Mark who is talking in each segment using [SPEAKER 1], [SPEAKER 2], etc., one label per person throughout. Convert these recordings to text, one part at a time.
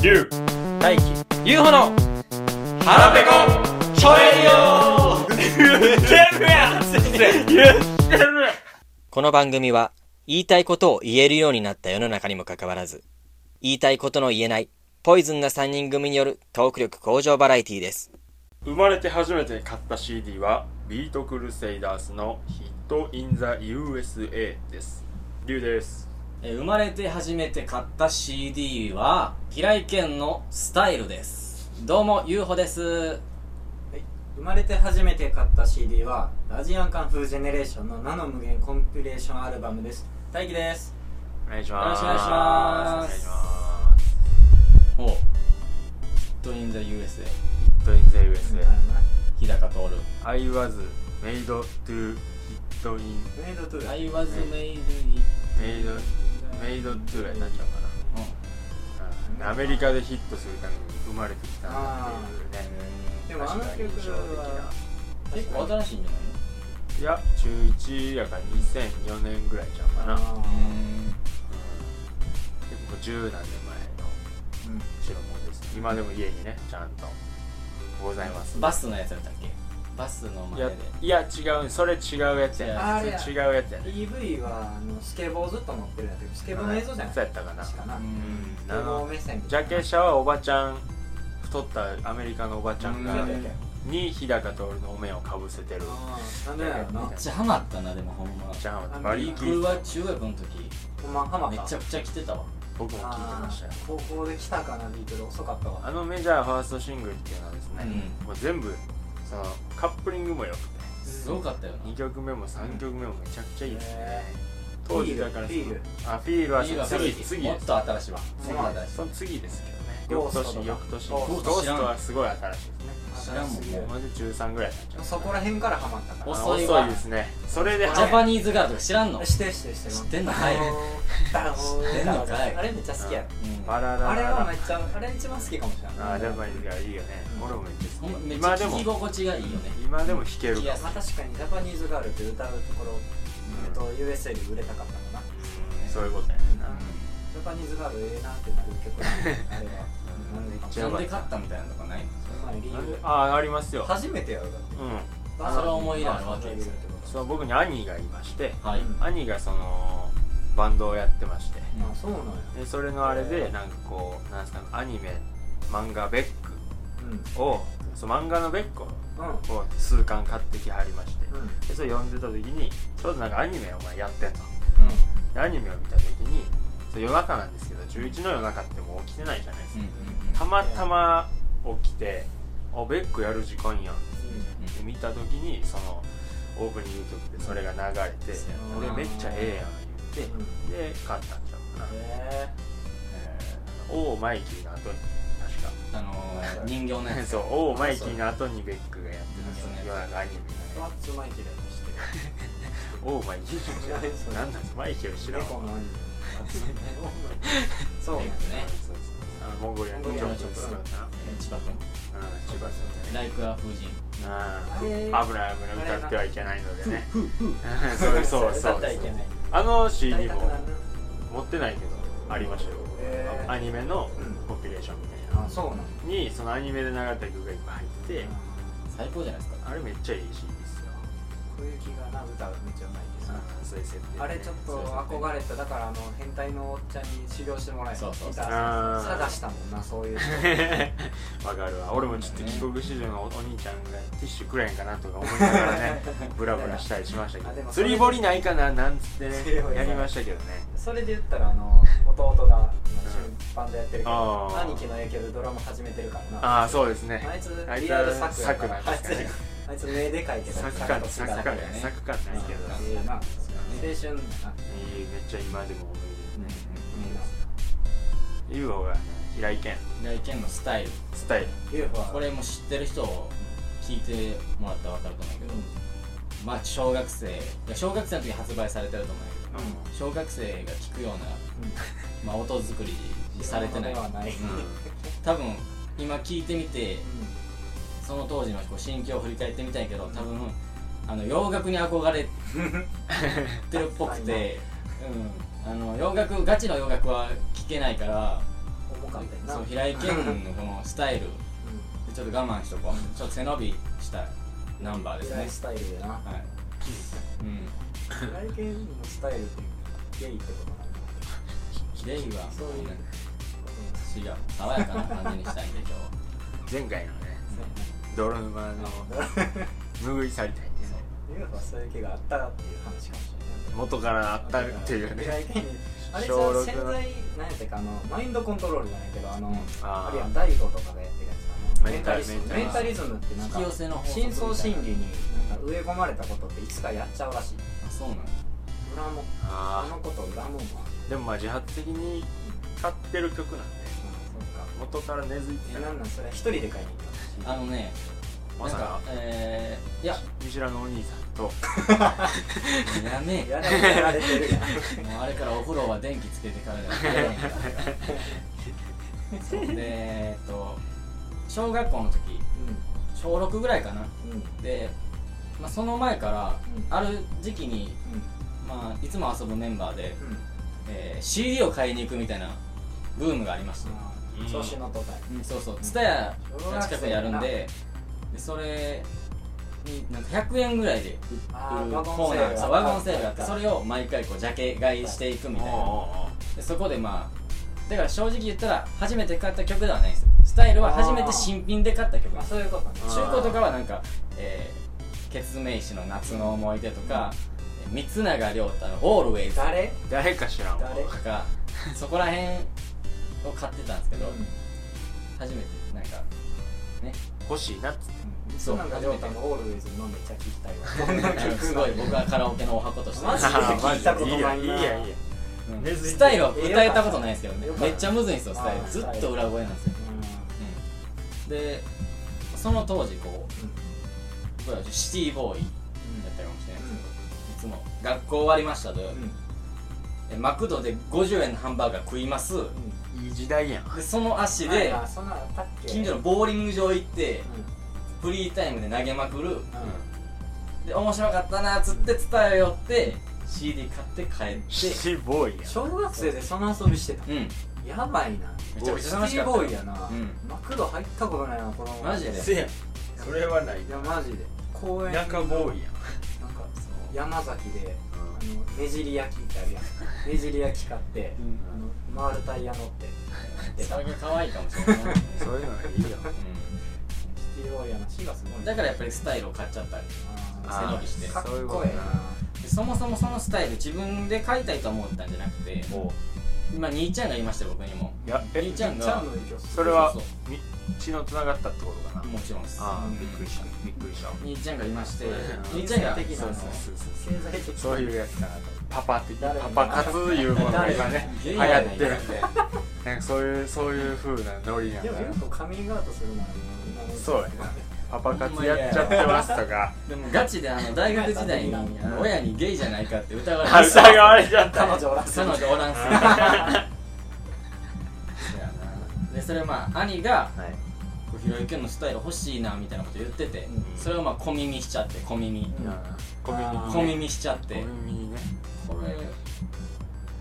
[SPEAKER 1] ゆう
[SPEAKER 2] 大輝 UFO の
[SPEAKER 1] 腹ペコちょえよ言ってるやん言ってる
[SPEAKER 2] この番組は言いたいことを言えるようになった世の中にもかかわらず言いたいことの言えないポイズンな3人組によるトーク力向上バラエティーです
[SPEAKER 1] 生まれて初めて買った CD はビートクルセイダースのヒットインザ USA ですリュウです
[SPEAKER 3] えー生まれて初めて買った CD は平井堅のスタイルですどうも UFO です
[SPEAKER 4] 生まれて初めて買った CD はラジアンカンフージェネレーションの「ナの無限コンピレーションアルバム」です大輝です
[SPEAKER 1] お願いします
[SPEAKER 4] よろしくお願いします
[SPEAKER 1] ます
[SPEAKER 3] おうドインザ USA
[SPEAKER 1] ヒットインザ USA
[SPEAKER 3] 日高徹
[SPEAKER 1] I was made to hit in
[SPEAKER 4] メイドトゥ
[SPEAKER 3] I was made in
[SPEAKER 1] made made to になっちゃうかなアメリカでヒットするために生まれてきたんだっていうね
[SPEAKER 4] でもあの曲
[SPEAKER 1] 確かに印象的な
[SPEAKER 4] は
[SPEAKER 3] 結構新しいんじゃ
[SPEAKER 1] い
[SPEAKER 3] ない
[SPEAKER 1] や中1やから2004年ぐらいちゃうかな、うん、でも
[SPEAKER 4] あ
[SPEAKER 1] 10何年前の
[SPEAKER 4] ーうん
[SPEAKER 1] 代物です今でも家にねちゃんとございます
[SPEAKER 3] バスのやつやったっけバスの
[SPEAKER 1] い
[SPEAKER 3] 前
[SPEAKER 1] や
[SPEAKER 3] で
[SPEAKER 1] いや違うそれ違うやつや
[SPEAKER 4] あれや
[SPEAKER 1] それ違うやつやね
[SPEAKER 4] EV はあのスケボーをずっと乗ってるんだけどスケボーの映像じゃない
[SPEAKER 1] そうやったかな
[SPEAKER 4] 確か
[SPEAKER 3] う
[SPEAKER 4] な
[SPEAKER 1] うん
[SPEAKER 3] ん
[SPEAKER 4] スケ
[SPEAKER 1] あ
[SPEAKER 4] ボー
[SPEAKER 1] の
[SPEAKER 4] 目線み
[SPEAKER 1] ジ
[SPEAKER 4] たい
[SPEAKER 1] ャ
[SPEAKER 4] な
[SPEAKER 1] ケシャはおばちゃん太ったアメリカのおばちゃん
[SPEAKER 4] そ
[SPEAKER 1] が
[SPEAKER 4] うやったっ
[SPEAKER 1] に日高徹のお面をかぶせてる
[SPEAKER 4] けあーなんでだろうな
[SPEAKER 1] うん
[SPEAKER 3] めっちゃハマったなでもほんま
[SPEAKER 1] じゃあ
[SPEAKER 4] あ
[SPEAKER 1] バリ
[SPEAKER 3] リ
[SPEAKER 1] キ
[SPEAKER 3] クは中学の時
[SPEAKER 4] ほんまハマ
[SPEAKER 3] め
[SPEAKER 4] った
[SPEAKER 3] ちゃくちゃ来てたわ
[SPEAKER 1] 僕も聞いてましたよ
[SPEAKER 4] あー高校で来たかなビートル遅かったわ
[SPEAKER 1] あのメジャーファーストシングルっていうのはですね、
[SPEAKER 3] う
[SPEAKER 1] もう全部そのカップリングも良くて
[SPEAKER 3] すごかったよな
[SPEAKER 1] 2曲目も3曲目もめちゃくちゃいいですね、
[SPEAKER 4] へ
[SPEAKER 1] 当時だからその
[SPEAKER 4] フィール
[SPEAKER 1] あフィールは
[SPEAKER 3] 次が
[SPEAKER 1] その次次
[SPEAKER 3] も
[SPEAKER 1] で
[SPEAKER 3] っ
[SPEAKER 1] す
[SPEAKER 3] と新しいわ
[SPEAKER 4] うん
[SPEAKER 3] もっと新しい
[SPEAKER 1] その次ですけどね
[SPEAKER 4] ゴ
[SPEAKER 1] 翌
[SPEAKER 4] ーストと
[SPEAKER 1] 年
[SPEAKER 4] か
[SPEAKER 1] 翌年
[SPEAKER 4] ゴー
[SPEAKER 1] ゴ
[SPEAKER 3] スト
[SPEAKER 1] ース
[SPEAKER 3] 知らん
[SPEAKER 1] トはすごい新しいですね
[SPEAKER 3] 知らんもんもう
[SPEAKER 1] まず13ぐらいになっちゃう
[SPEAKER 4] そこら辺からハマったか
[SPEAKER 1] あ
[SPEAKER 4] ら
[SPEAKER 3] 遅いわ
[SPEAKER 1] 遅いですねそれで
[SPEAKER 3] ジャパニーズガールとか知らんの
[SPEAKER 4] してしてして
[SPEAKER 3] 知ってんのかい
[SPEAKER 4] ダボー
[SPEAKER 3] 知ってんのかい
[SPEAKER 4] あれめっちゃ好きや
[SPEAKER 3] うん
[SPEAKER 1] バラララ
[SPEAKER 4] あれはめっちゃあれ一番好きかもしれない
[SPEAKER 1] あジャパニーズがいいよね
[SPEAKER 4] うん
[SPEAKER 1] 俺もめっちゃ
[SPEAKER 3] ほん
[SPEAKER 1] 好
[SPEAKER 3] ま
[SPEAKER 1] き
[SPEAKER 3] めっ
[SPEAKER 1] 今で
[SPEAKER 3] ちゃ
[SPEAKER 1] も
[SPEAKER 3] 聞き心地がいいよね
[SPEAKER 1] 今でも弾ける
[SPEAKER 3] 聞き
[SPEAKER 1] か
[SPEAKER 3] や
[SPEAKER 1] ら
[SPEAKER 3] すい
[SPEAKER 4] まあ確かにジャパニーズガールって歌うところ、えっと US より売れたかったかな
[SPEAKER 1] そういうことやねんな
[SPEAKER 4] うんジャパニーズガールええなってなる 曲なんであれはなんでかもしれ
[SPEAKER 1] う
[SPEAKER 4] な
[SPEAKER 3] ないんで勝ったみたいなのとかないの
[SPEAKER 4] まあ理由
[SPEAKER 1] あありますよ
[SPEAKER 4] 初めてやるだって
[SPEAKER 1] うん
[SPEAKER 4] バー
[SPEAKER 3] それは思い入れあるわけですよ
[SPEAKER 4] バーサス
[SPEAKER 1] その僕に兄がいまして
[SPEAKER 3] はい
[SPEAKER 4] うん
[SPEAKER 1] 兄がそのバンドをやってまして
[SPEAKER 4] まあそうなんや
[SPEAKER 1] でそれのあれでなんかこうなんすかアニメ漫画ベック
[SPEAKER 4] うん
[SPEAKER 1] をそう漫画のベックを
[SPEAKER 4] うん
[SPEAKER 1] こう数巻買ってきはりまして
[SPEAKER 4] うん
[SPEAKER 1] でそれ読んでた時にちょうどなんかアニメをお前やってんと
[SPEAKER 3] うん
[SPEAKER 1] でアニメを見た時にそう夜中なんですけど11の夜中ってもう起きてないじゃないです
[SPEAKER 3] うん
[SPEAKER 1] か、
[SPEAKER 3] うん
[SPEAKER 1] たまたま起きてあベックやる時間やんで見た時にそのオープニング曲でそれが流れて
[SPEAKER 3] そうや
[SPEAKER 4] な
[SPEAKER 1] 俺めっちゃええやん言
[SPEAKER 4] うん
[SPEAKER 1] ってで勝ったんちゃうかな
[SPEAKER 4] へ
[SPEAKER 1] オーマイキーの後に確か
[SPEAKER 3] あのー人形のやつ
[SPEAKER 1] そうオーマイキーの後にベックがやって
[SPEAKER 3] うん
[SPEAKER 1] たその
[SPEAKER 3] そうね
[SPEAKER 1] 夜中アニメ
[SPEAKER 4] え
[SPEAKER 1] が
[SPEAKER 4] ワ
[SPEAKER 1] ね
[SPEAKER 4] ッツマイケルやとしてる
[SPEAKER 1] オーマイキーじゃない
[SPEAKER 4] そう
[SPEAKER 1] 何なんですマイキーを知らん
[SPEAKER 4] 猫のアニメそう
[SPEAKER 3] ね
[SPEAKER 1] そうそうあのモンゴリアンのちょっと作ったな
[SPEAKER 3] 千葉君
[SPEAKER 1] うん千葉さんね
[SPEAKER 3] ライクア風神
[SPEAKER 1] あ
[SPEAKER 4] れ
[SPEAKER 1] ー危ない危ない歌ってはいけないのでね そ
[SPEAKER 4] そ
[SPEAKER 1] うそうそう
[SPEAKER 4] う歌
[SPEAKER 1] そ
[SPEAKER 4] ったらいけ
[SPEAKER 1] う
[SPEAKER 4] ない
[SPEAKER 1] あの CD
[SPEAKER 4] 歌いたく
[SPEAKER 1] も
[SPEAKER 4] なるな
[SPEAKER 1] 持ってないけどありましたよ
[SPEAKER 4] へー
[SPEAKER 1] アニメの
[SPEAKER 4] うん
[SPEAKER 1] コピレーションみたいな
[SPEAKER 4] あそうなんだ
[SPEAKER 1] にそのアニメで流れた曲がいっぱい入ってて
[SPEAKER 3] 最高じゃないですか
[SPEAKER 1] あれめっちゃいいシーンですよ
[SPEAKER 4] 小雪がな歌うめっちゃうまいですな
[SPEAKER 1] あそういう設定ね
[SPEAKER 4] あれちょっと憧れただからあの変態のおっちゃんに修行してもらえた
[SPEAKER 3] そうそうそう
[SPEAKER 4] いた
[SPEAKER 1] あー
[SPEAKER 4] 探したもんなそういう 人
[SPEAKER 1] わかるわ俺もちょっと帰国子女のおお兄ちゃんがティッシュくれんかなとか思いながら ねブラブラしたりしました
[SPEAKER 4] あ
[SPEAKER 1] けど
[SPEAKER 4] でもそ
[SPEAKER 1] 釣
[SPEAKER 4] れ
[SPEAKER 1] り堀ないかななんつってね
[SPEAKER 4] 釣り堀
[SPEAKER 1] やりましたけどね
[SPEAKER 4] それで言ったらあの弟があのバンドやってるけ
[SPEAKER 1] あ
[SPEAKER 4] ど
[SPEAKER 1] ー
[SPEAKER 4] 兄貴の影響でドラム始めてるからな
[SPEAKER 1] ああそうですね
[SPEAKER 4] あいつ
[SPEAKER 1] あいつ
[SPEAKER 4] リアルサクや
[SPEAKER 1] サ
[SPEAKER 4] か
[SPEAKER 1] クな
[SPEAKER 4] ら
[SPEAKER 1] んですかね
[SPEAKER 4] あいつ目でかいけど
[SPEAKER 1] サク感サ
[SPEAKER 4] サ
[SPEAKER 1] ク
[SPEAKER 4] ク
[SPEAKER 1] 感
[SPEAKER 4] が
[SPEAKER 1] サク感ないけど
[SPEAKER 4] ええな青春だない
[SPEAKER 1] いめっちゃ今でも思い出ね
[SPEAKER 4] いいな
[SPEAKER 1] 優吾がね平井堅
[SPEAKER 3] ライケンのスタイル
[SPEAKER 1] スタイル
[SPEAKER 4] UFO は
[SPEAKER 3] これも知ってる人を聞いてもらったら分かると思うけど
[SPEAKER 4] うん
[SPEAKER 3] まあ小学生いや小学生の時発売されてると思うんやけど小学生が聞くような、まあ、音作りされてない
[SPEAKER 4] 今のではない
[SPEAKER 3] 多分今聞いてみてその当時のこう心境を振り返ってみたいけど多分あの洋楽に憧れてるっぽくて、うん、あの洋楽ガチの洋楽は聴けないから
[SPEAKER 4] 重かかったよな
[SPEAKER 3] そう平井堅君のこのスタイル
[SPEAKER 4] う
[SPEAKER 3] ちょっと我慢しとこうちょっと背伸びしたナンバー
[SPEAKER 4] ん
[SPEAKER 3] です
[SPEAKER 4] 平井
[SPEAKER 3] ね
[SPEAKER 4] スタイルでな
[SPEAKER 3] はい、うん、
[SPEAKER 4] 平井堅のスタイルってゲイってことなんだ
[SPEAKER 3] レイは
[SPEAKER 4] そういう
[SPEAKER 3] なんか違う爽やかな感じにしたいんで今日は
[SPEAKER 1] 前回のね泥沼の拭い去りたいんですね
[SPEAKER 4] ユーファそういう気があったっていう話かもしれない
[SPEAKER 1] 元からあったっていうね
[SPEAKER 4] 平井堅にあれさ
[SPEAKER 1] 小六の
[SPEAKER 4] 潜在何やったっけあのマインドコントロールじゃないけどあの、
[SPEAKER 1] あ
[SPEAKER 4] あ
[SPEAKER 1] ー
[SPEAKER 4] れやん大悟とかがやってるやつだな
[SPEAKER 1] メ
[SPEAKER 4] メ
[SPEAKER 1] ン
[SPEAKER 4] ン
[SPEAKER 1] タ
[SPEAKER 4] タ
[SPEAKER 1] リ
[SPEAKER 4] リ
[SPEAKER 1] ズ
[SPEAKER 4] ズ
[SPEAKER 1] ム
[SPEAKER 4] ムメンタリズムってなん
[SPEAKER 3] 引き寄
[SPEAKER 4] か
[SPEAKER 3] せの法則
[SPEAKER 4] 深層心
[SPEAKER 3] み
[SPEAKER 4] 理になんか植え込まれたことっていつかやっちゃうらしい
[SPEAKER 3] たいなあそうなの
[SPEAKER 4] 裏もあの
[SPEAKER 1] あ
[SPEAKER 4] こと裏もんは
[SPEAKER 1] ーでもまあ自発的に買ってる曲なんで
[SPEAKER 4] そう
[SPEAKER 1] 元から根付いて
[SPEAKER 4] か
[SPEAKER 1] る
[SPEAKER 4] えなんなんそれ一人で買いに行った
[SPEAKER 3] あのね
[SPEAKER 1] まさ
[SPEAKER 3] なん
[SPEAKER 1] か
[SPEAKER 3] かえー、いや
[SPEAKER 1] 見知らぬお兄さんと
[SPEAKER 3] やめえ
[SPEAKER 4] やられやられてるやん
[SPEAKER 3] もうあれからお風呂は電気つけてからじゃない とでえーっと小学校の時小6ぐらいかな
[SPEAKER 4] うんうん
[SPEAKER 3] で、まあ、その前から
[SPEAKER 4] うん
[SPEAKER 3] ある時期に、まあ、いつも遊ぶメンバーで、
[SPEAKER 4] うん
[SPEAKER 3] えー CD を買いに行くみたいなブームがありました、
[SPEAKER 4] あ
[SPEAKER 1] うん
[SPEAKER 4] ー調子のとた
[SPEAKER 3] うんそうそう TSUTAYA が近くでやるんででそれになんか100円ぐらいで売
[SPEAKER 4] あー
[SPEAKER 3] る
[SPEAKER 4] ワゴン
[SPEAKER 3] コーナー
[SPEAKER 4] セール
[SPEAKER 3] そうワゴンセールがあって
[SPEAKER 4] あった
[SPEAKER 3] それを毎回こうジャケ買いしていくみたいなでそこでまあだから正直言ったら初めて買った曲ではないですスタイルは初めて新品で買った曲で
[SPEAKER 4] まあ
[SPEAKER 3] す
[SPEAKER 4] そういうことね
[SPEAKER 1] あー
[SPEAKER 3] 中古とかはなんか、えー、ケツメイシの夏の思い出とか、えー三永亮太の「オールウェイズ」と
[SPEAKER 4] 誰
[SPEAKER 1] 誰か知らんわ
[SPEAKER 4] 誰
[SPEAKER 3] か そこら辺を買ってたんですけど、初めてなんか
[SPEAKER 1] 欲しいなっつって
[SPEAKER 4] そうなんだ、ジョータのオールウェイズのめっちゃ聞きたいわ。
[SPEAKER 3] あのすごい僕はカラオケのお箱として、
[SPEAKER 4] マジで聞いたことないな
[SPEAKER 1] いいやいいやいいや
[SPEAKER 3] うん
[SPEAKER 1] 根付いてる
[SPEAKER 3] スタイルは歌えたことないですけどね
[SPEAKER 4] よかった
[SPEAKER 3] めっちゃむずいんですよスタイ
[SPEAKER 4] あ
[SPEAKER 3] ル
[SPEAKER 4] ー
[SPEAKER 3] ずっと裏声なんですよ、うんでその当時こう僕らシティボーイだったかもしれないですけど、いつも学校終わりましたと、えマクドで50円のハンバーガー食います
[SPEAKER 1] いい時代やん
[SPEAKER 3] でその足で
[SPEAKER 4] そんなたっけ
[SPEAKER 3] 近所のボーリング場行ってフリータイムで投げまくるで面白かったなっつって伝え寄って CD 買って帰っ
[SPEAKER 1] シボーイやん
[SPEAKER 4] 小学生でその遊びしてた
[SPEAKER 3] てうん
[SPEAKER 4] やばいな
[SPEAKER 3] めちゃくちゃ楽
[SPEAKER 4] シ
[SPEAKER 3] しか
[SPEAKER 4] ティ
[SPEAKER 3] った
[SPEAKER 4] ボーイやな
[SPEAKER 3] うん
[SPEAKER 4] マクド入ったことないなこの
[SPEAKER 3] マジで
[SPEAKER 1] せやんそれはない
[SPEAKER 4] いやマジで公園
[SPEAKER 1] 田舎ボーイやん
[SPEAKER 4] なんか山崎であのねじり焼きってあるやんねじり焼き買ってあの回るタイヤ乗って
[SPEAKER 3] それが可愛いかもしれない、
[SPEAKER 1] そういうのがいいよ
[SPEAKER 4] シティボーイやな死がすご
[SPEAKER 3] うん、
[SPEAKER 4] い
[SPEAKER 3] だ
[SPEAKER 4] な
[SPEAKER 3] からやっぱりスタイルを買っちゃったり
[SPEAKER 4] あ
[SPEAKER 3] 背伸びして
[SPEAKER 4] ー
[SPEAKER 1] あ
[SPEAKER 4] か
[SPEAKER 1] ー
[SPEAKER 4] っ
[SPEAKER 1] そういうこ
[SPEAKER 4] ことえ
[SPEAKER 1] な
[SPEAKER 3] でそもそもそのスタイル自分で買いたいと思ったんじゃなくて
[SPEAKER 1] も
[SPEAKER 3] 今兄ちゃんが言いましたよ僕にも
[SPEAKER 1] ういやえ
[SPEAKER 3] 兄ちゃん
[SPEAKER 4] えなちゃ
[SPEAKER 3] が
[SPEAKER 4] んの影響す
[SPEAKER 1] それは
[SPEAKER 3] そうそ
[SPEAKER 1] み血のつながったってことかな
[SPEAKER 3] うもちろんです
[SPEAKER 1] ああ
[SPEAKER 3] うん
[SPEAKER 1] びっくりしたびっくりした
[SPEAKER 3] 兄ちゃんがいまして
[SPEAKER 1] うん
[SPEAKER 3] 兄ちゃんが
[SPEAKER 4] 親戚的な
[SPEAKER 1] そう
[SPEAKER 4] の
[SPEAKER 1] そうそうそう
[SPEAKER 4] 経済的
[SPEAKER 1] そういうやつかなとパパ的
[SPEAKER 4] 誰
[SPEAKER 1] パパ活いうものが今ね流
[SPEAKER 3] 誰
[SPEAKER 1] 行ってるんでなんかそういうそういう風なノリなん
[SPEAKER 4] で
[SPEAKER 1] だ
[SPEAKER 4] も
[SPEAKER 1] な
[SPEAKER 4] よくカミングアウトするな
[SPEAKER 1] そうやなパパ活やっちゃってますと か
[SPEAKER 3] でもガチであの大学時代にあの親にゲイじゃないかって疑われ
[SPEAKER 1] 発射が割れちゃった
[SPEAKER 4] 彼女おら
[SPEAKER 3] 彼女おらんすぎそうやなでそれまあ兄が
[SPEAKER 1] はい
[SPEAKER 3] こうひろゆきのスタイル欲しいなみたいなこと言ってて、
[SPEAKER 4] うん
[SPEAKER 3] それをまあ小耳しちゃって小耳
[SPEAKER 4] うん
[SPEAKER 1] コミュニ
[SPEAKER 3] 小耳しちゃって
[SPEAKER 1] コミュニね
[SPEAKER 3] これ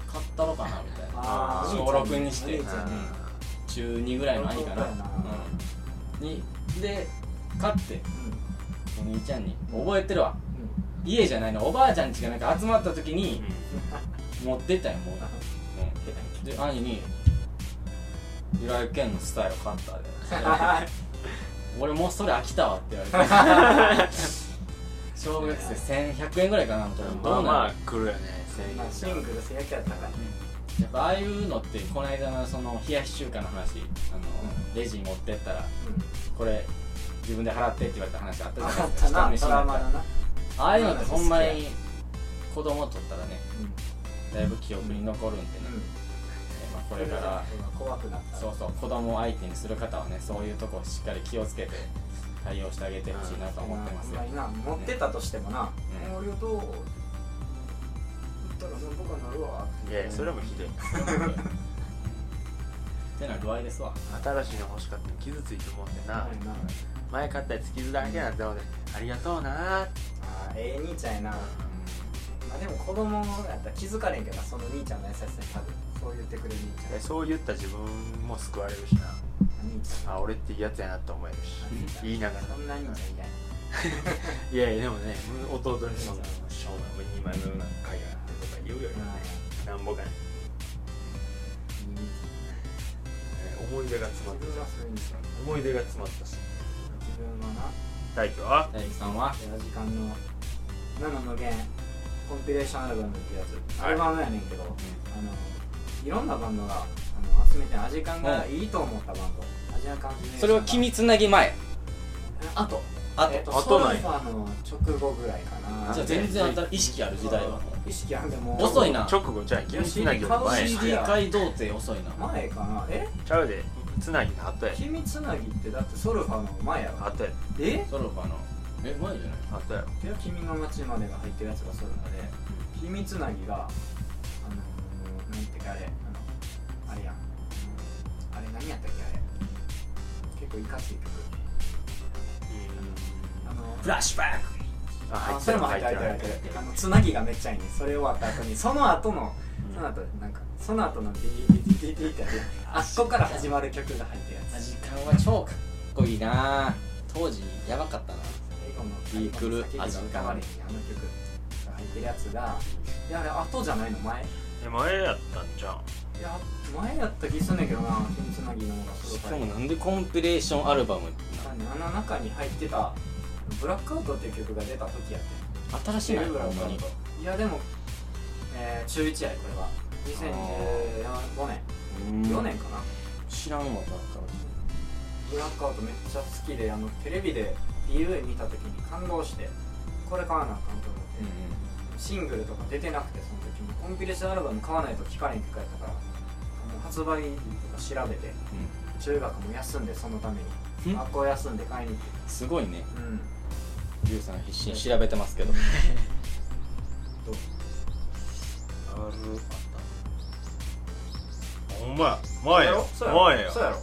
[SPEAKER 3] 買ったろかなみたいな
[SPEAKER 4] あー
[SPEAKER 3] 小6にして
[SPEAKER 4] お兄ちゃん
[SPEAKER 3] 中2ぐらいの兄かな
[SPEAKER 4] 弟やな
[SPEAKER 3] うん、にで買ってお兄ちゃんに「覚えてるわ家じゃないのおばあちゃん家がなんか集まった時に持ってったよもう、うんで兄に「由来県のスタイル買ったで」 俺もうそれ飽きたわ」って言わ れて小学生1100円ぐらいかなと思
[SPEAKER 1] まあまあ
[SPEAKER 3] あ
[SPEAKER 1] 来るよね
[SPEAKER 4] まあシングル制約やったからね
[SPEAKER 3] やっぱああいうのってこの間のその冷やし中華の話あの、レジに持ってったらこれ自分で払ってって言われた話あったじゃ
[SPEAKER 4] あ
[SPEAKER 3] ない
[SPEAKER 4] っ
[SPEAKER 3] ですか飯
[SPEAKER 4] たなド
[SPEAKER 3] にな
[SPEAKER 4] ラ
[SPEAKER 3] った
[SPEAKER 4] マのな
[SPEAKER 3] ああいうのってほんまに子供取ったらねだいぶ記憶に残るんでね、まあ、これから
[SPEAKER 4] 怖くなった
[SPEAKER 3] そうそう子供を相手にする方はねそういうとこしっかり気をつけて対応してあげてほしいなと思ってますよ、
[SPEAKER 4] な持ってたとしてもな
[SPEAKER 3] うん
[SPEAKER 4] 俺と言ったらなんとかなるわ
[SPEAKER 1] いやいやそれもひどい
[SPEAKER 3] ってな具合ですわ
[SPEAKER 1] 新しいの欲しかったの傷ついてもうてな前買ったやつ傷だらけなって思ってありがとうなーって
[SPEAKER 4] あーええ兄ちゃんやなまあでも子供やったら気づかれんけどなその兄ちゃんの優しさに多分そう言ってくれる兄ちゃん
[SPEAKER 1] そう言った自分も救われるしな
[SPEAKER 4] 兄ちゃん
[SPEAKER 1] あ俺っていいやつやなって思えるし言いながら
[SPEAKER 4] そんな兄ちゃん嫌や
[SPEAKER 1] いやいやでもね弟にそんなしょうも二枚目なんかやってとか言うよりはねなんぼかね思い出が詰まっ
[SPEAKER 4] 自
[SPEAKER 1] た
[SPEAKER 4] 分はそういう兄ちゃん
[SPEAKER 1] 思い出が詰まったし
[SPEAKER 4] 自分はな
[SPEAKER 1] 大輝は
[SPEAKER 3] 大樹さんは
[SPEAKER 4] ラジカンの「ナの無限」コンピレーションアルバムってやつ、
[SPEAKER 1] はい
[SPEAKER 4] アルバムやねんけど、あのいろんなバンドがあの集めてアジカンがいいと思ったバンド、アジアカンジェネレーションが
[SPEAKER 3] それは君つなぎ前
[SPEAKER 4] あと
[SPEAKER 3] あ
[SPEAKER 4] えっと
[SPEAKER 1] あ
[SPEAKER 4] ソ
[SPEAKER 1] と
[SPEAKER 4] ルフ
[SPEAKER 1] ない
[SPEAKER 4] ァーの直後ぐらいかな
[SPEAKER 3] じゃあ全然あんた意識ある時代は
[SPEAKER 4] 意識あんでも
[SPEAKER 3] 遅いな
[SPEAKER 1] 直後じゃんキムつなぎの
[SPEAKER 4] 前
[SPEAKER 3] CD 界童貞遅いな
[SPEAKER 4] 前かなえ
[SPEAKER 1] ちゃうでつなぎの後や
[SPEAKER 4] 君つなぎってだってソルファーの前やろ
[SPEAKER 1] 後や
[SPEAKER 4] え
[SPEAKER 3] ソロファのえ前じゃない
[SPEAKER 1] 後や
[SPEAKER 4] で君の街までが入ってるやつがソルファーで君つなぎがあのー、なんていうかあれあのあれやんあれ何やったっけあれ結構いかつい曲あの
[SPEAKER 3] フラッシュバック
[SPEAKER 1] あ
[SPEAKER 4] あそれも入ってる入ってるあのつなぎがめっちゃいいねそれ終わった後にその後のその後なんかその後のビリビリビリビリってやるあそこから始まる曲が入ってるやつ
[SPEAKER 3] 時間は超かっこいいな当時やばかったな
[SPEAKER 4] 最後の
[SPEAKER 3] ビークル
[SPEAKER 4] あの
[SPEAKER 3] 味
[SPEAKER 4] 歌われにあの曲が入ってるやつがいやあれ後じゃないの前
[SPEAKER 1] え前やったんじゃん
[SPEAKER 4] いや前やった気すんねんけどな君つなぎの方がソロ
[SPEAKER 3] し
[SPEAKER 4] ファ
[SPEAKER 3] か
[SPEAKER 4] ー
[SPEAKER 3] もなんでコンピレーションアルバム
[SPEAKER 4] あの中に入ってた「ブラックアウト」っていう曲が出た時やって
[SPEAKER 3] な新しいな
[SPEAKER 4] ブラ
[SPEAKER 3] ほん
[SPEAKER 4] ック
[SPEAKER 3] ま
[SPEAKER 4] アウ
[SPEAKER 3] に
[SPEAKER 4] トいやでも、えー、中1やでこれは2015年4年かな
[SPEAKER 3] 知らんわばっか
[SPEAKER 4] ブラックアウトめっちゃ好きであのテレビで PV 見た時に感動してこれ買わなあかんと思って、シングルとか出てなくてその時にコンピレーションアルバム買わないと聞かれへんって書いたからあの発売日とか調べて中学も休んでそのために
[SPEAKER 3] ん
[SPEAKER 4] 学校休んで買いに行って
[SPEAKER 3] すごいね
[SPEAKER 4] うん
[SPEAKER 3] リュウさん必死に調べてますけど
[SPEAKER 4] どう
[SPEAKER 1] あるほんま前や
[SPEAKER 4] そうやろ
[SPEAKER 1] 前や
[SPEAKER 4] そうやろ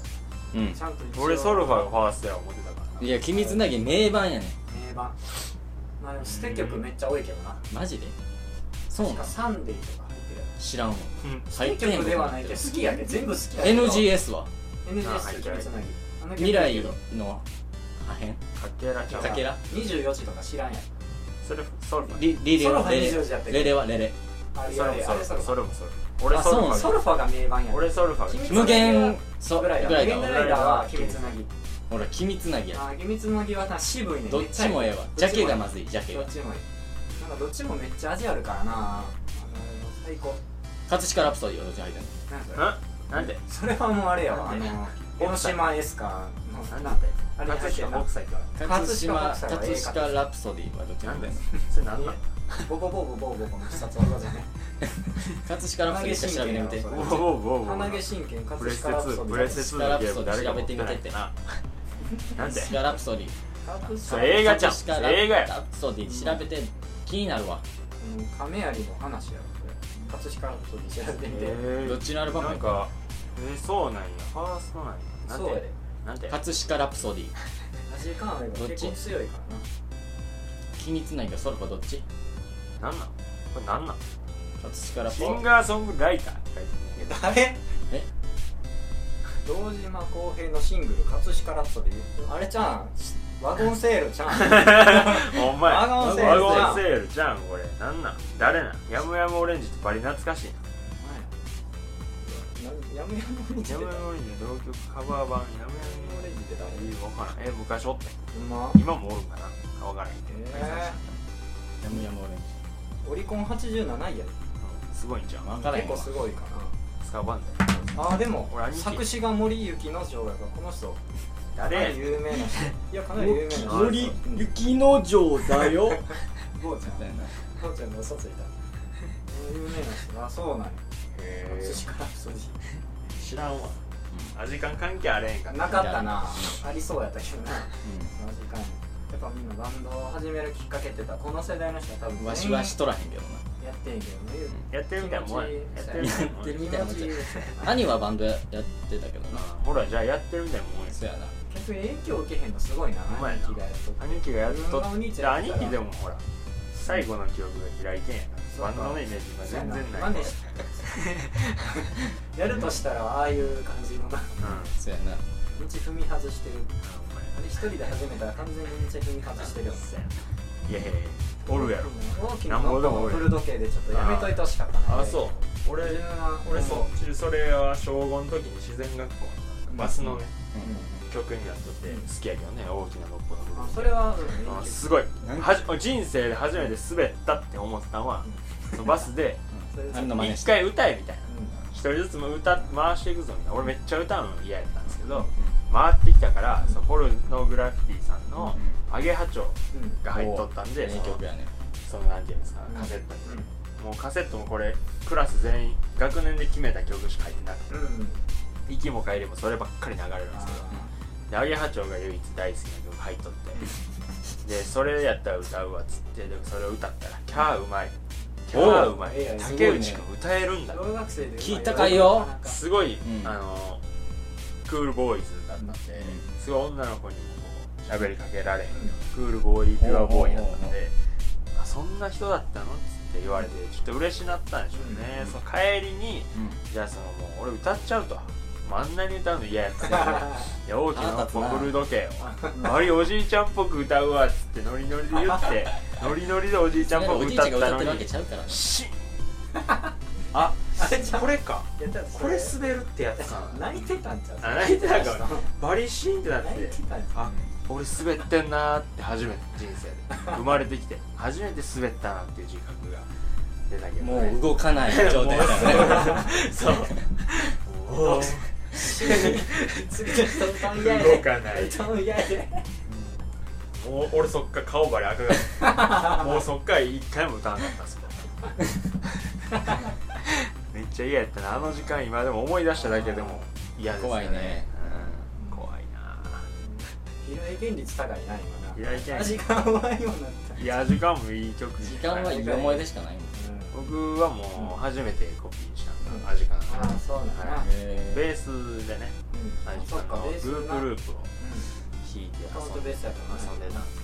[SPEAKER 3] うん
[SPEAKER 4] ちゃんと一応
[SPEAKER 1] 俺ソルファーがファーストや思ってたから
[SPEAKER 3] いや君つなぎ名盤やね
[SPEAKER 4] 名盤まあでも捨て曲めっちゃ多いけどな
[SPEAKER 3] マジでそう
[SPEAKER 4] 確
[SPEAKER 3] な
[SPEAKER 4] か
[SPEAKER 3] の
[SPEAKER 4] サンデーとか入ってる
[SPEAKER 3] 知らんわ
[SPEAKER 1] うん
[SPEAKER 4] 捨て曲ではないけど
[SPEAKER 3] 入
[SPEAKER 4] 好きやで全部好きやけど
[SPEAKER 3] NGS は
[SPEAKER 4] NGS 君つなぎあの曲
[SPEAKER 3] 未来の破片
[SPEAKER 1] かけらちゃん
[SPEAKER 3] かけら
[SPEAKER 4] 24時とか知らんやん
[SPEAKER 1] それソルファー
[SPEAKER 3] リリレ
[SPEAKER 4] ソル
[SPEAKER 3] は
[SPEAKER 4] ファ
[SPEAKER 3] レレ
[SPEAKER 4] 24時やったっけ
[SPEAKER 3] レレはレレ
[SPEAKER 4] あれ
[SPEAKER 1] それ
[SPEAKER 4] あ
[SPEAKER 1] も
[SPEAKER 4] れ
[SPEAKER 1] ソ
[SPEAKER 4] あ
[SPEAKER 1] ル
[SPEAKER 4] れ
[SPEAKER 1] フ
[SPEAKER 4] ソ
[SPEAKER 1] ァ
[SPEAKER 4] ル
[SPEAKER 1] ー
[SPEAKER 4] フ
[SPEAKER 1] そ
[SPEAKER 4] ァ
[SPEAKER 1] れもソルファー俺ソルフ
[SPEAKER 3] あ
[SPEAKER 1] ァ
[SPEAKER 4] ー
[SPEAKER 1] ー俺ソルファー
[SPEAKER 4] ソルファーが名盤やん
[SPEAKER 1] が
[SPEAKER 4] 君
[SPEAKER 3] 無限そう
[SPEAKER 4] ぐらいや
[SPEAKER 3] ぐらいだ
[SPEAKER 4] 無
[SPEAKER 3] わ
[SPEAKER 4] 限ライダーは君つなぎ
[SPEAKER 3] ほら君つなぎや
[SPEAKER 4] あー君つなぎはな渋いね
[SPEAKER 3] どっちもええわジャケがまずいジャケ
[SPEAKER 4] ど
[SPEAKER 3] が
[SPEAKER 4] っちもいいなんかどっちもめっちゃ味あるからなあの最高
[SPEAKER 3] 葛飾ラプソディはどっちに入ったの
[SPEAKER 4] なんか
[SPEAKER 1] んなんで
[SPEAKER 4] それはもうあれやわあ
[SPEAKER 1] なんで
[SPEAKER 4] の江ノ島エスカ
[SPEAKER 1] な
[SPEAKER 4] の
[SPEAKER 1] ん
[SPEAKER 4] な
[SPEAKER 1] だって
[SPEAKER 4] あれ入って
[SPEAKER 1] 葛飾
[SPEAKER 4] るな
[SPEAKER 1] 北斎か
[SPEAKER 3] 葛飾
[SPEAKER 4] 葛飾
[SPEAKER 3] 葛飾ラプソディはどっちに
[SPEAKER 1] な
[SPEAKER 3] 入
[SPEAKER 1] んだ
[SPEAKER 3] った の
[SPEAKER 1] よそれなんなん
[SPEAKER 4] ボボボボボボボの必殺技じゃない
[SPEAKER 3] 葛飾ラプソディしか調べてみて
[SPEAKER 4] それ
[SPEAKER 1] おうおうおうおう
[SPEAKER 4] 鼻毛神経
[SPEAKER 1] ブレ
[SPEAKER 4] 葛
[SPEAKER 1] ステ
[SPEAKER 4] 飾ラプソ
[SPEAKER 1] 2
[SPEAKER 4] ディ
[SPEAKER 1] ブレステ2のゲーム誰が持って
[SPEAKER 3] 調
[SPEAKER 1] な
[SPEAKER 3] べ
[SPEAKER 1] い
[SPEAKER 3] てみて
[SPEAKER 1] ななんで
[SPEAKER 3] 葛飾ラプソディ
[SPEAKER 4] 葛
[SPEAKER 1] そ
[SPEAKER 4] 飾
[SPEAKER 1] れ映画じゃん
[SPEAKER 3] 葛飾
[SPEAKER 1] それ映画や
[SPEAKER 3] ラプソディ調べて気になるわ
[SPEAKER 4] うん亀有の話やろこれ葛飾ラプソディ調べてみて
[SPEAKER 1] え
[SPEAKER 3] どっちのアルバム
[SPEAKER 1] な
[SPEAKER 3] や
[SPEAKER 1] んかえそうなんやファーストなんやなん
[SPEAKER 4] そうやで
[SPEAKER 1] てなんて
[SPEAKER 3] 葛飾ラプソディ
[SPEAKER 4] ラジカンは結構強いからな
[SPEAKER 3] 君つなぎかソルファどっち
[SPEAKER 1] なんなんこれなんなん
[SPEAKER 3] 葛飾ラプ
[SPEAKER 1] シ
[SPEAKER 3] ソデ
[SPEAKER 1] ン
[SPEAKER 3] ィ
[SPEAKER 1] ガーソングライター
[SPEAKER 4] 誰
[SPEAKER 3] え
[SPEAKER 4] 堂島康平のシングル「葛飾ラプソディ」あれちゃんワゴンセールちゃん
[SPEAKER 1] お前
[SPEAKER 4] ワゴンセール
[SPEAKER 1] ワゴンセールじゃんこれなんなん誰なんやむやむオレンジってバリ懐かしいなやむ
[SPEAKER 4] なやむやむオレンジって
[SPEAKER 1] やむオレンジの同曲カバー版やむやむオレンジって誰え分からんえ昔おって
[SPEAKER 4] ほんま
[SPEAKER 1] 今もおるんかな分からんけど
[SPEAKER 4] え
[SPEAKER 3] やむやむオレンジ
[SPEAKER 4] ーオリコン87位やです
[SPEAKER 1] ごいんじゃん
[SPEAKER 3] わからへ
[SPEAKER 4] 結
[SPEAKER 3] んわ
[SPEAKER 4] 構すごいか
[SPEAKER 1] スカバン
[SPEAKER 4] なあーでも
[SPEAKER 1] 俺兄貴
[SPEAKER 4] 作詞が森幸之丞やからこの人
[SPEAKER 1] だ
[SPEAKER 4] かなり
[SPEAKER 1] 誰
[SPEAKER 4] 有名な人いやかなり有名な
[SPEAKER 1] 森
[SPEAKER 4] 人
[SPEAKER 3] 雪の城だよ
[SPEAKER 4] 坊ちゃん
[SPEAKER 3] みたいな
[SPEAKER 4] 坊ちゃんの嘘ついた有名な人あそうなんや葛飾ラプソディ
[SPEAKER 3] 知らんわ
[SPEAKER 1] あ時間関係あれへんかな
[SPEAKER 4] なかったなありそうやったけどなその時間やっぱみんなバンドを始めるきっかけって言ったらこの世代の人は多
[SPEAKER 3] うん
[SPEAKER 4] 分
[SPEAKER 3] わしわしとらへんけどな
[SPEAKER 4] やってんけどね
[SPEAKER 1] やってるみたいなもんややってるみたいなもん
[SPEAKER 3] やって
[SPEAKER 1] や
[SPEAKER 3] るみたいなもんじゃん兄はバンドやってたけどな
[SPEAKER 1] ほらじゃあやってるみたいなもんや
[SPEAKER 3] そうやな
[SPEAKER 4] 逆に影響受けへんのすごいな
[SPEAKER 1] ほんまや
[SPEAKER 4] 兄
[SPEAKER 1] な
[SPEAKER 4] 貴がやっとって
[SPEAKER 1] 兄貴がやっと
[SPEAKER 4] 自分がお兄ち
[SPEAKER 1] じ
[SPEAKER 4] ゃ
[SPEAKER 1] ゃ
[SPEAKER 4] ん
[SPEAKER 1] あ
[SPEAKER 4] やっ
[SPEAKER 1] 兄
[SPEAKER 4] たら
[SPEAKER 1] 貴でもほら最後の記憶が開いてんやからバンドのイメージが全然ない
[SPEAKER 4] 真似しやるとしたらああいう感じのな
[SPEAKER 3] そうやな
[SPEAKER 4] 道踏み外してるあれ一人で始めたら完全に道踏み外してるよ
[SPEAKER 1] いやいやいやおるやろ
[SPEAKER 4] 大きなノックを振る時計でちょっとやめといてほしかったな
[SPEAKER 1] あそう俺
[SPEAKER 4] 自分は
[SPEAKER 1] 俺そっちそれは小5の時に自然学校のバスのね曲になっとって好きやけどね大きな六本の部
[SPEAKER 4] あ
[SPEAKER 1] 分
[SPEAKER 4] それはうんいい
[SPEAKER 1] あ
[SPEAKER 4] けど
[SPEAKER 1] すごい
[SPEAKER 3] なん
[SPEAKER 1] はじ人生で初めて滑ったって思ったのは、そのバスで
[SPEAKER 4] それ
[SPEAKER 3] あれの真似し
[SPEAKER 1] 一
[SPEAKER 3] て
[SPEAKER 1] 回歌えみたいな
[SPEAKER 4] うん
[SPEAKER 1] 一人ずつも歌回していくぞみたいな俺めっちゃ歌うの嫌やったんですけど回ってきたから、そのポルノグラフィティさんの「アゲハチョウ」が入っとったんで、
[SPEAKER 3] 名
[SPEAKER 1] その
[SPEAKER 3] 曲やね
[SPEAKER 1] そのなんていうんですか
[SPEAKER 4] うん
[SPEAKER 1] カセットに、もうカセットもこれクラス全員学年で決めた曲しか入ってなくて
[SPEAKER 4] うんうん
[SPEAKER 1] 息も帰りもそればっかり流れるんですけど
[SPEAKER 4] あ
[SPEAKER 1] でアゲハチョウが唯一大好きな曲入っとってでそれやったら歌うわっつってでもそれを歌ったら「キャーうまい」「キャーうまい
[SPEAKER 4] おういやい」や
[SPEAKER 1] 竹内くん歌えるんだ
[SPEAKER 4] ー小学生で
[SPEAKER 3] 聞いたかいよ
[SPEAKER 4] なかなか
[SPEAKER 1] すごい、
[SPEAKER 3] うん
[SPEAKER 1] あのクールボーイズだったんで、
[SPEAKER 3] う
[SPEAKER 1] すごい女の子にもこう喋りかけられへんようなクールボーイピュアボーイだったん
[SPEAKER 3] おうおう
[SPEAKER 1] であそんな人だったのっつって言われてちょっと嬉しなったんでしょうね、
[SPEAKER 3] うん
[SPEAKER 1] その帰りにじゃあそのもう俺歌っちゃうとあんなに歌うの嫌やった からいや大きなポブル時計をあれおじいちゃんっぽく歌うわっつってノリノリで言って ノリノリでおじいちゃんっぽく
[SPEAKER 3] おじいち
[SPEAKER 1] 歌
[SPEAKER 3] ゃ
[SPEAKER 1] っ
[SPEAKER 3] んが歌
[SPEAKER 1] た
[SPEAKER 3] ってる
[SPEAKER 1] の
[SPEAKER 3] わけ
[SPEAKER 1] に
[SPEAKER 3] ちゃうからな
[SPEAKER 1] シン あこれか
[SPEAKER 4] いやだからそ
[SPEAKER 1] これ滑るってやつかな
[SPEAKER 4] 泣いてたんちゃう
[SPEAKER 1] あ泣いてたんかな
[SPEAKER 4] 泣
[SPEAKER 1] バリシーンってなって
[SPEAKER 4] いてたんちゃう
[SPEAKER 1] あ俺滑ってんなーって初めて人生で 生まれてきて初めて滑ったなっていう自覚が出たけど、
[SPEAKER 3] も
[SPEAKER 1] ね、
[SPEAKER 3] う動かない状態だよね
[SPEAKER 1] そう
[SPEAKER 3] おー
[SPEAKER 4] 次の人歌うや
[SPEAKER 1] 動
[SPEAKER 4] で
[SPEAKER 1] かない
[SPEAKER 4] 歌うやで
[SPEAKER 1] もう俺そっから顔バリ赤が もうそっから一回も歌わなかったそこめっちゃ嫌やったなあの時間今でも思い出しただけでも嫌ですよ
[SPEAKER 3] 怖いね、
[SPEAKER 1] うん、怖いな
[SPEAKER 4] 平井堅率高いな今
[SPEAKER 1] 平井堅
[SPEAKER 4] な
[SPEAKER 1] 率
[SPEAKER 4] 時間はようになった
[SPEAKER 1] いや時間もいい曲
[SPEAKER 3] 時間はいい思い出しかないもん
[SPEAKER 1] 僕はもう初めてコピーしたの
[SPEAKER 4] うん
[SPEAKER 1] がアジカン
[SPEAKER 4] ああそうなんだな
[SPEAKER 1] は
[SPEAKER 3] へ
[SPEAKER 1] ベースでね
[SPEAKER 4] うん
[SPEAKER 1] ア
[SPEAKER 4] あ
[SPEAKER 1] ジ
[SPEAKER 4] そ
[SPEAKER 1] カ
[SPEAKER 4] っ
[SPEAKER 1] ン
[SPEAKER 4] か
[SPEAKER 1] の
[SPEAKER 4] ベ
[SPEAKER 1] グ
[SPEAKER 4] ース
[SPEAKER 1] ループ
[SPEAKER 4] な
[SPEAKER 1] ループを弾いて
[SPEAKER 4] カウントベースやからな
[SPEAKER 1] 遊んでたんですね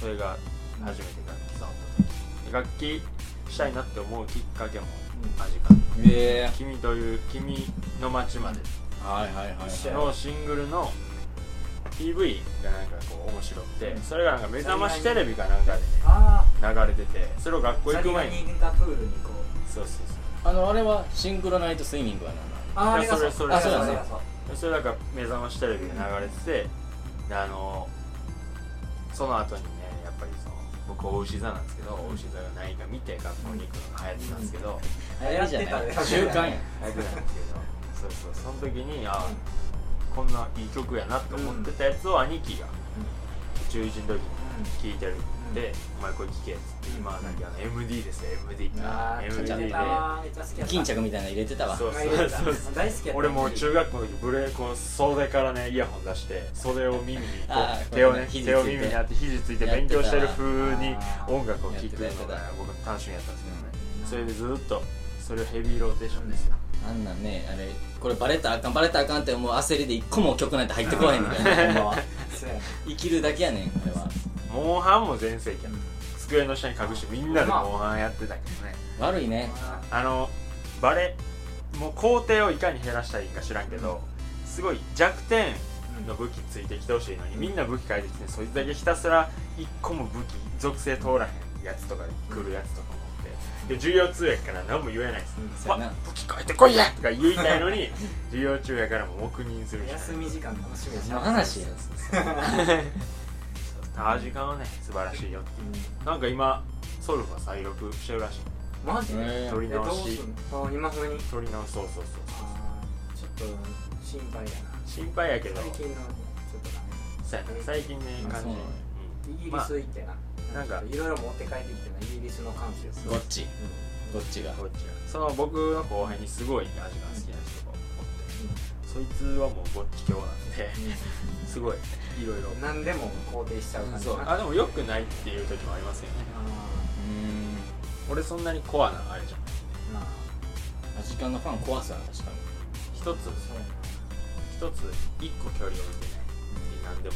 [SPEAKER 1] それが初めて楽器触った時楽器したいなって思うきっかけもアジカンの
[SPEAKER 3] えへえ
[SPEAKER 1] 「君という君の街まで
[SPEAKER 3] はいはいはいはい」
[SPEAKER 1] のシングルの PV がなんかこう面白くてそれがなんか目覚ましテレビかなんかでね
[SPEAKER 4] あ
[SPEAKER 1] 流れててそれを学校
[SPEAKER 4] あ
[SPEAKER 1] 行く前に
[SPEAKER 4] にがプールにこう
[SPEAKER 1] そうそうそう
[SPEAKER 3] あのあれはシンクロナイトスイミングやな
[SPEAKER 4] ああ
[SPEAKER 1] い
[SPEAKER 4] れ
[SPEAKER 1] や
[SPEAKER 4] が
[SPEAKER 1] それそれ
[SPEAKER 4] あ
[SPEAKER 3] それ
[SPEAKER 4] あれが
[SPEAKER 1] それなんか目覚ましテレビで流れてて、であのその後にねやっぱりその僕お牛座なんですけどお牛座が何か見て学校に行くのが流行ってたんですけど、
[SPEAKER 3] あれじゃない
[SPEAKER 4] やってたね
[SPEAKER 3] 習
[SPEAKER 1] 流行っ
[SPEAKER 3] 慣や
[SPEAKER 1] てたんですけどそうそうその時にあこんないい曲やなって思ってたやつを兄貴が中1の時に聴いてるんで「お前これ聴け」っつって今はなんかあの MD ですよ MD
[SPEAKER 4] あー
[SPEAKER 1] MD
[SPEAKER 4] めっ
[SPEAKER 1] で
[SPEAKER 4] ちゃめっちゃ好きやった
[SPEAKER 3] 巾着みたいなの入れてたわ
[SPEAKER 1] そう
[SPEAKER 4] 大好
[SPEAKER 1] そうそう
[SPEAKER 4] きやった
[SPEAKER 1] 俺もう中学校の時ブレーこの袖からねイヤホン出して袖を耳にこ
[SPEAKER 3] あー
[SPEAKER 1] う手をね
[SPEAKER 3] こうね
[SPEAKER 1] 手を耳にあって肘ついて
[SPEAKER 3] やって
[SPEAKER 1] 勉
[SPEAKER 3] た
[SPEAKER 1] 強してる風に
[SPEAKER 4] あー
[SPEAKER 1] 音楽を聴く
[SPEAKER 3] やってた
[SPEAKER 1] の
[SPEAKER 3] や
[SPEAKER 1] が
[SPEAKER 3] ってた
[SPEAKER 1] 僕の楽しみやったんですけどねそれでずっとそれをヘビーローテーションですよ
[SPEAKER 3] あんなんねあれこれバレたらあかんバレたらあかんってもう焦りで一個も曲なんて入ってこないんだよねほんまは
[SPEAKER 4] そうや
[SPEAKER 3] 生きるだけやねんあれは
[SPEAKER 1] モンハンも全盛期やった机の下に隠してみんなでモンハンやってたけどね
[SPEAKER 3] 悪いね
[SPEAKER 4] あ
[SPEAKER 1] あのバレもう工程をいかに減らしたらいいか知らんけどすごい弱点
[SPEAKER 4] ー
[SPEAKER 1] の武器ついてきてほしいのにみんな武器変えてきてそいつだけひたすら一個も武器属性通らへんやつとか来るやつとかもってで授業通訳から何も言えないです
[SPEAKER 4] うん
[SPEAKER 1] 「
[SPEAKER 3] そうやな
[SPEAKER 1] わ武器変えてこいや!」とか言いたいの に授業中やからもう黙認するし
[SPEAKER 4] 休み時間楽しみやし
[SPEAKER 3] その話や
[SPEAKER 1] あ時間はね素晴らしいよって
[SPEAKER 4] う
[SPEAKER 1] い
[SPEAKER 4] ん
[SPEAKER 1] うなんか今ソルファ再録してるらしい
[SPEAKER 4] マジで
[SPEAKER 3] へー
[SPEAKER 1] 撮り
[SPEAKER 4] えど
[SPEAKER 1] 直
[SPEAKER 4] う
[SPEAKER 1] し
[SPEAKER 4] すんのあ今風に
[SPEAKER 1] 撮り直しそうそうそう
[SPEAKER 4] あーちょっと心配やな
[SPEAKER 1] 心配やけど
[SPEAKER 4] 最近のちょっとな
[SPEAKER 1] そうやな最近ね
[SPEAKER 3] あ
[SPEAKER 1] 感
[SPEAKER 3] そ
[SPEAKER 1] じ
[SPEAKER 3] うなのよ
[SPEAKER 4] イギリ
[SPEAKER 1] まあ
[SPEAKER 4] ス行ってな、
[SPEAKER 1] なんか
[SPEAKER 4] いろいろ持って帰ってきてなイギリスの感性をす
[SPEAKER 3] どっち
[SPEAKER 4] う
[SPEAKER 3] ど
[SPEAKER 4] ん
[SPEAKER 3] っちが
[SPEAKER 1] こっちがその僕の後輩にすごい味が好きな人がおってそいつはもうぼっち教なんですごいいろいろ
[SPEAKER 4] うん何でも肯定しちゃう感じ
[SPEAKER 1] そうあでも良くないっていう時もありますよね
[SPEAKER 4] あ
[SPEAKER 3] う
[SPEAKER 1] 俺そんなにコアなあれじゃない
[SPEAKER 4] ーま
[SPEAKER 3] ー
[SPEAKER 4] あ
[SPEAKER 3] んアジカンのファン怖さ確か
[SPEAKER 1] 一つ
[SPEAKER 4] そうや
[SPEAKER 1] 一つ一個距離を置いてね何でも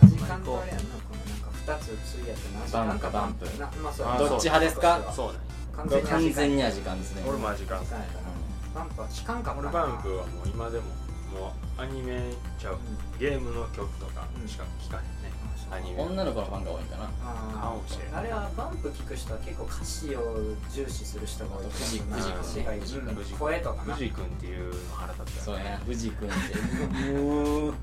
[SPEAKER 4] な時間とあれやんなこのなんか2つついやってな
[SPEAKER 3] バンプ
[SPEAKER 4] なんか
[SPEAKER 3] バンプ
[SPEAKER 4] なまあそう
[SPEAKER 1] あ
[SPEAKER 4] や
[SPEAKER 1] ー
[SPEAKER 4] な
[SPEAKER 1] どっち
[SPEAKER 3] 派ですか
[SPEAKER 1] 聞いてそうなんや
[SPEAKER 4] 考完全に
[SPEAKER 3] 完全には時間ですね
[SPEAKER 1] 俺も時間
[SPEAKER 4] 時間やからバンプは期間か
[SPEAKER 1] 俺バンクはもう今でももうアニメちゃうゲームの曲とかしか聴かへんね、アニメ
[SPEAKER 3] 女の子のファンが多いんかな
[SPEAKER 1] かもしれん
[SPEAKER 4] あれはバンプ聞く人は結構歌詞を重視する人が多い
[SPEAKER 3] 富士
[SPEAKER 4] うん
[SPEAKER 3] 富士
[SPEAKER 4] 歌詞がいい
[SPEAKER 3] 富士
[SPEAKER 4] うん声とかな
[SPEAKER 1] 藤井君っていうの腹立った
[SPEAKER 3] そう
[SPEAKER 1] よ
[SPEAKER 3] やな
[SPEAKER 1] ね
[SPEAKER 3] 藤井君ってもう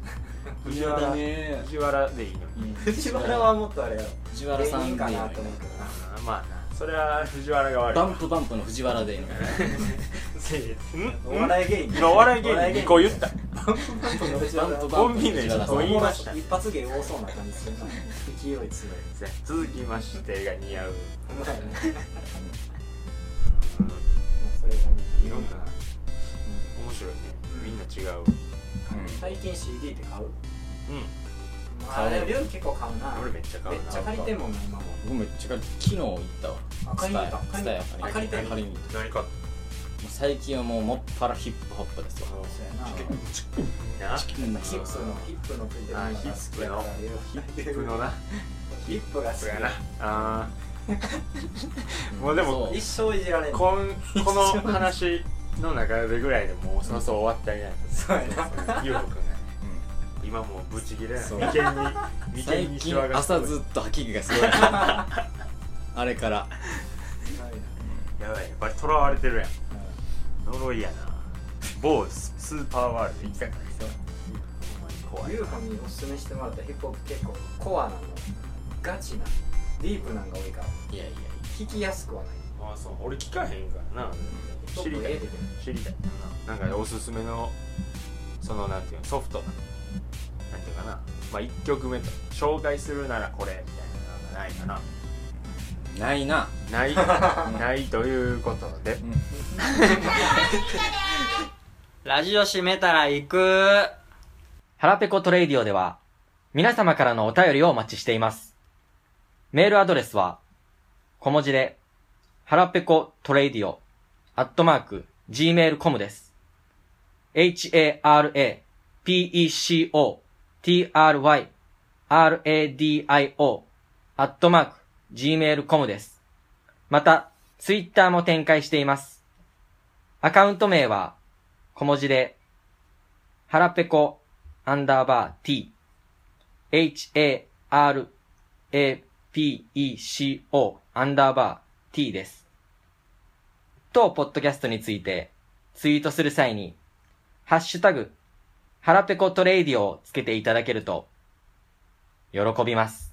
[SPEAKER 1] 藤原
[SPEAKER 3] ね
[SPEAKER 1] 藤原でいいのに、
[SPEAKER 4] 藤原はもっとあれやろ
[SPEAKER 3] 藤原さん
[SPEAKER 4] 芸
[SPEAKER 3] でいい
[SPEAKER 4] 人か
[SPEAKER 3] の
[SPEAKER 4] な
[SPEAKER 3] よ
[SPEAKER 4] と思うけどな
[SPEAKER 1] あーまあなそれは藤原が悪い
[SPEAKER 3] バンプバンプの藤原でいいのよ
[SPEAKER 1] うん
[SPEAKER 4] お笑い芸人
[SPEAKER 1] 今お笑い芸人2個言った
[SPEAKER 4] バンプの藤
[SPEAKER 3] バ
[SPEAKER 4] 原
[SPEAKER 3] ンプバ
[SPEAKER 1] コ
[SPEAKER 3] ン
[SPEAKER 1] ン
[SPEAKER 3] プ
[SPEAKER 1] ビ
[SPEAKER 3] 藤
[SPEAKER 1] 名
[SPEAKER 3] 原さ
[SPEAKER 1] と
[SPEAKER 3] ん
[SPEAKER 1] 言いました
[SPEAKER 4] 一発芸多そうな感じするな勢い強い
[SPEAKER 1] 続きましてが似合う、
[SPEAKER 4] うまいね
[SPEAKER 1] うん
[SPEAKER 4] それがね
[SPEAKER 1] いろんな面白いねみんな違う
[SPEAKER 4] 最近 CD って買う
[SPEAKER 1] うん
[SPEAKER 4] まあでも量結構買うな
[SPEAKER 1] 俺めっちゃ買
[SPEAKER 4] め
[SPEAKER 1] う
[SPEAKER 4] っ
[SPEAKER 1] な
[SPEAKER 4] ちゃ借りてんもんな今も
[SPEAKER 3] 僕めっちゃ昨日行ったわ
[SPEAKER 4] あ借りに行った
[SPEAKER 3] ツタヤ
[SPEAKER 4] あ借りて
[SPEAKER 3] ツタヤ
[SPEAKER 4] ん
[SPEAKER 3] 借りに行っ
[SPEAKER 1] 何買った
[SPEAKER 3] もう最近はもうもっぱらヒップホップですよ
[SPEAKER 1] た
[SPEAKER 4] そうやな
[SPEAKER 1] な
[SPEAKER 4] ヒップのヒップのついてるのが好きやから
[SPEAKER 1] あ
[SPEAKER 4] ヒ
[SPEAKER 1] ヒップのな
[SPEAKER 4] ヒップが好き
[SPEAKER 1] そうやなあーもうでも
[SPEAKER 3] そう
[SPEAKER 4] 一生いじられん
[SPEAKER 1] こ んこの話の中でぐらいでもうそろそろ終わったりない
[SPEAKER 4] そうやな
[SPEAKER 1] ゆうほくんがね今もうブチギレな
[SPEAKER 3] そう
[SPEAKER 1] 眉間に眉
[SPEAKER 3] 最
[SPEAKER 1] 間にシ
[SPEAKER 3] 近
[SPEAKER 1] ワが
[SPEAKER 3] 朝ずっと吐き気がすご いあれから
[SPEAKER 1] やばいやっぱり囚われてるやん呪いやな某ススーパーワールド行きたくないですよほんまに怖い
[SPEAKER 4] ユーフォにおすすめしてもらったヒップホップ結構コアなのガチなディープなんが多いから
[SPEAKER 3] いやいやいや
[SPEAKER 4] 聞きやすくはない
[SPEAKER 1] あそう俺聞かへんからな
[SPEAKER 4] ヒ
[SPEAKER 1] 知
[SPEAKER 4] ップ
[SPEAKER 1] り
[SPEAKER 4] ホ
[SPEAKER 1] た
[SPEAKER 4] ップえ
[SPEAKER 1] い
[SPEAKER 4] えで
[SPEAKER 1] 知りたいななんかおすすめのそのなんていうのソフトななんていうかなまあ1曲目と紹介するならこれみたいなのが
[SPEAKER 3] ないな、
[SPEAKER 1] ないかなないないということで
[SPEAKER 2] ラジオ閉めたら行く腹ペコトレイディオでは、皆様からのお便りをお待ちしています。メールアドレスは、小文字で、腹ペコトレイディオ、アットマーク、gmail.com です。h-a-r-a-p-e-c-o-t-r-y-r-a-d-i-o、アットマーク、gmail.com です。また、ツイッターも展開しています。アカウント名は、小文字で、はらぺこ、アンダーバー t、h, a, r, a, p, e, c, o, アンダーバー t です。当ポッドキャストについて、ツイートする際に、ハッシュタグ、はらぺこトレイディオをつけていただけると、喜びます。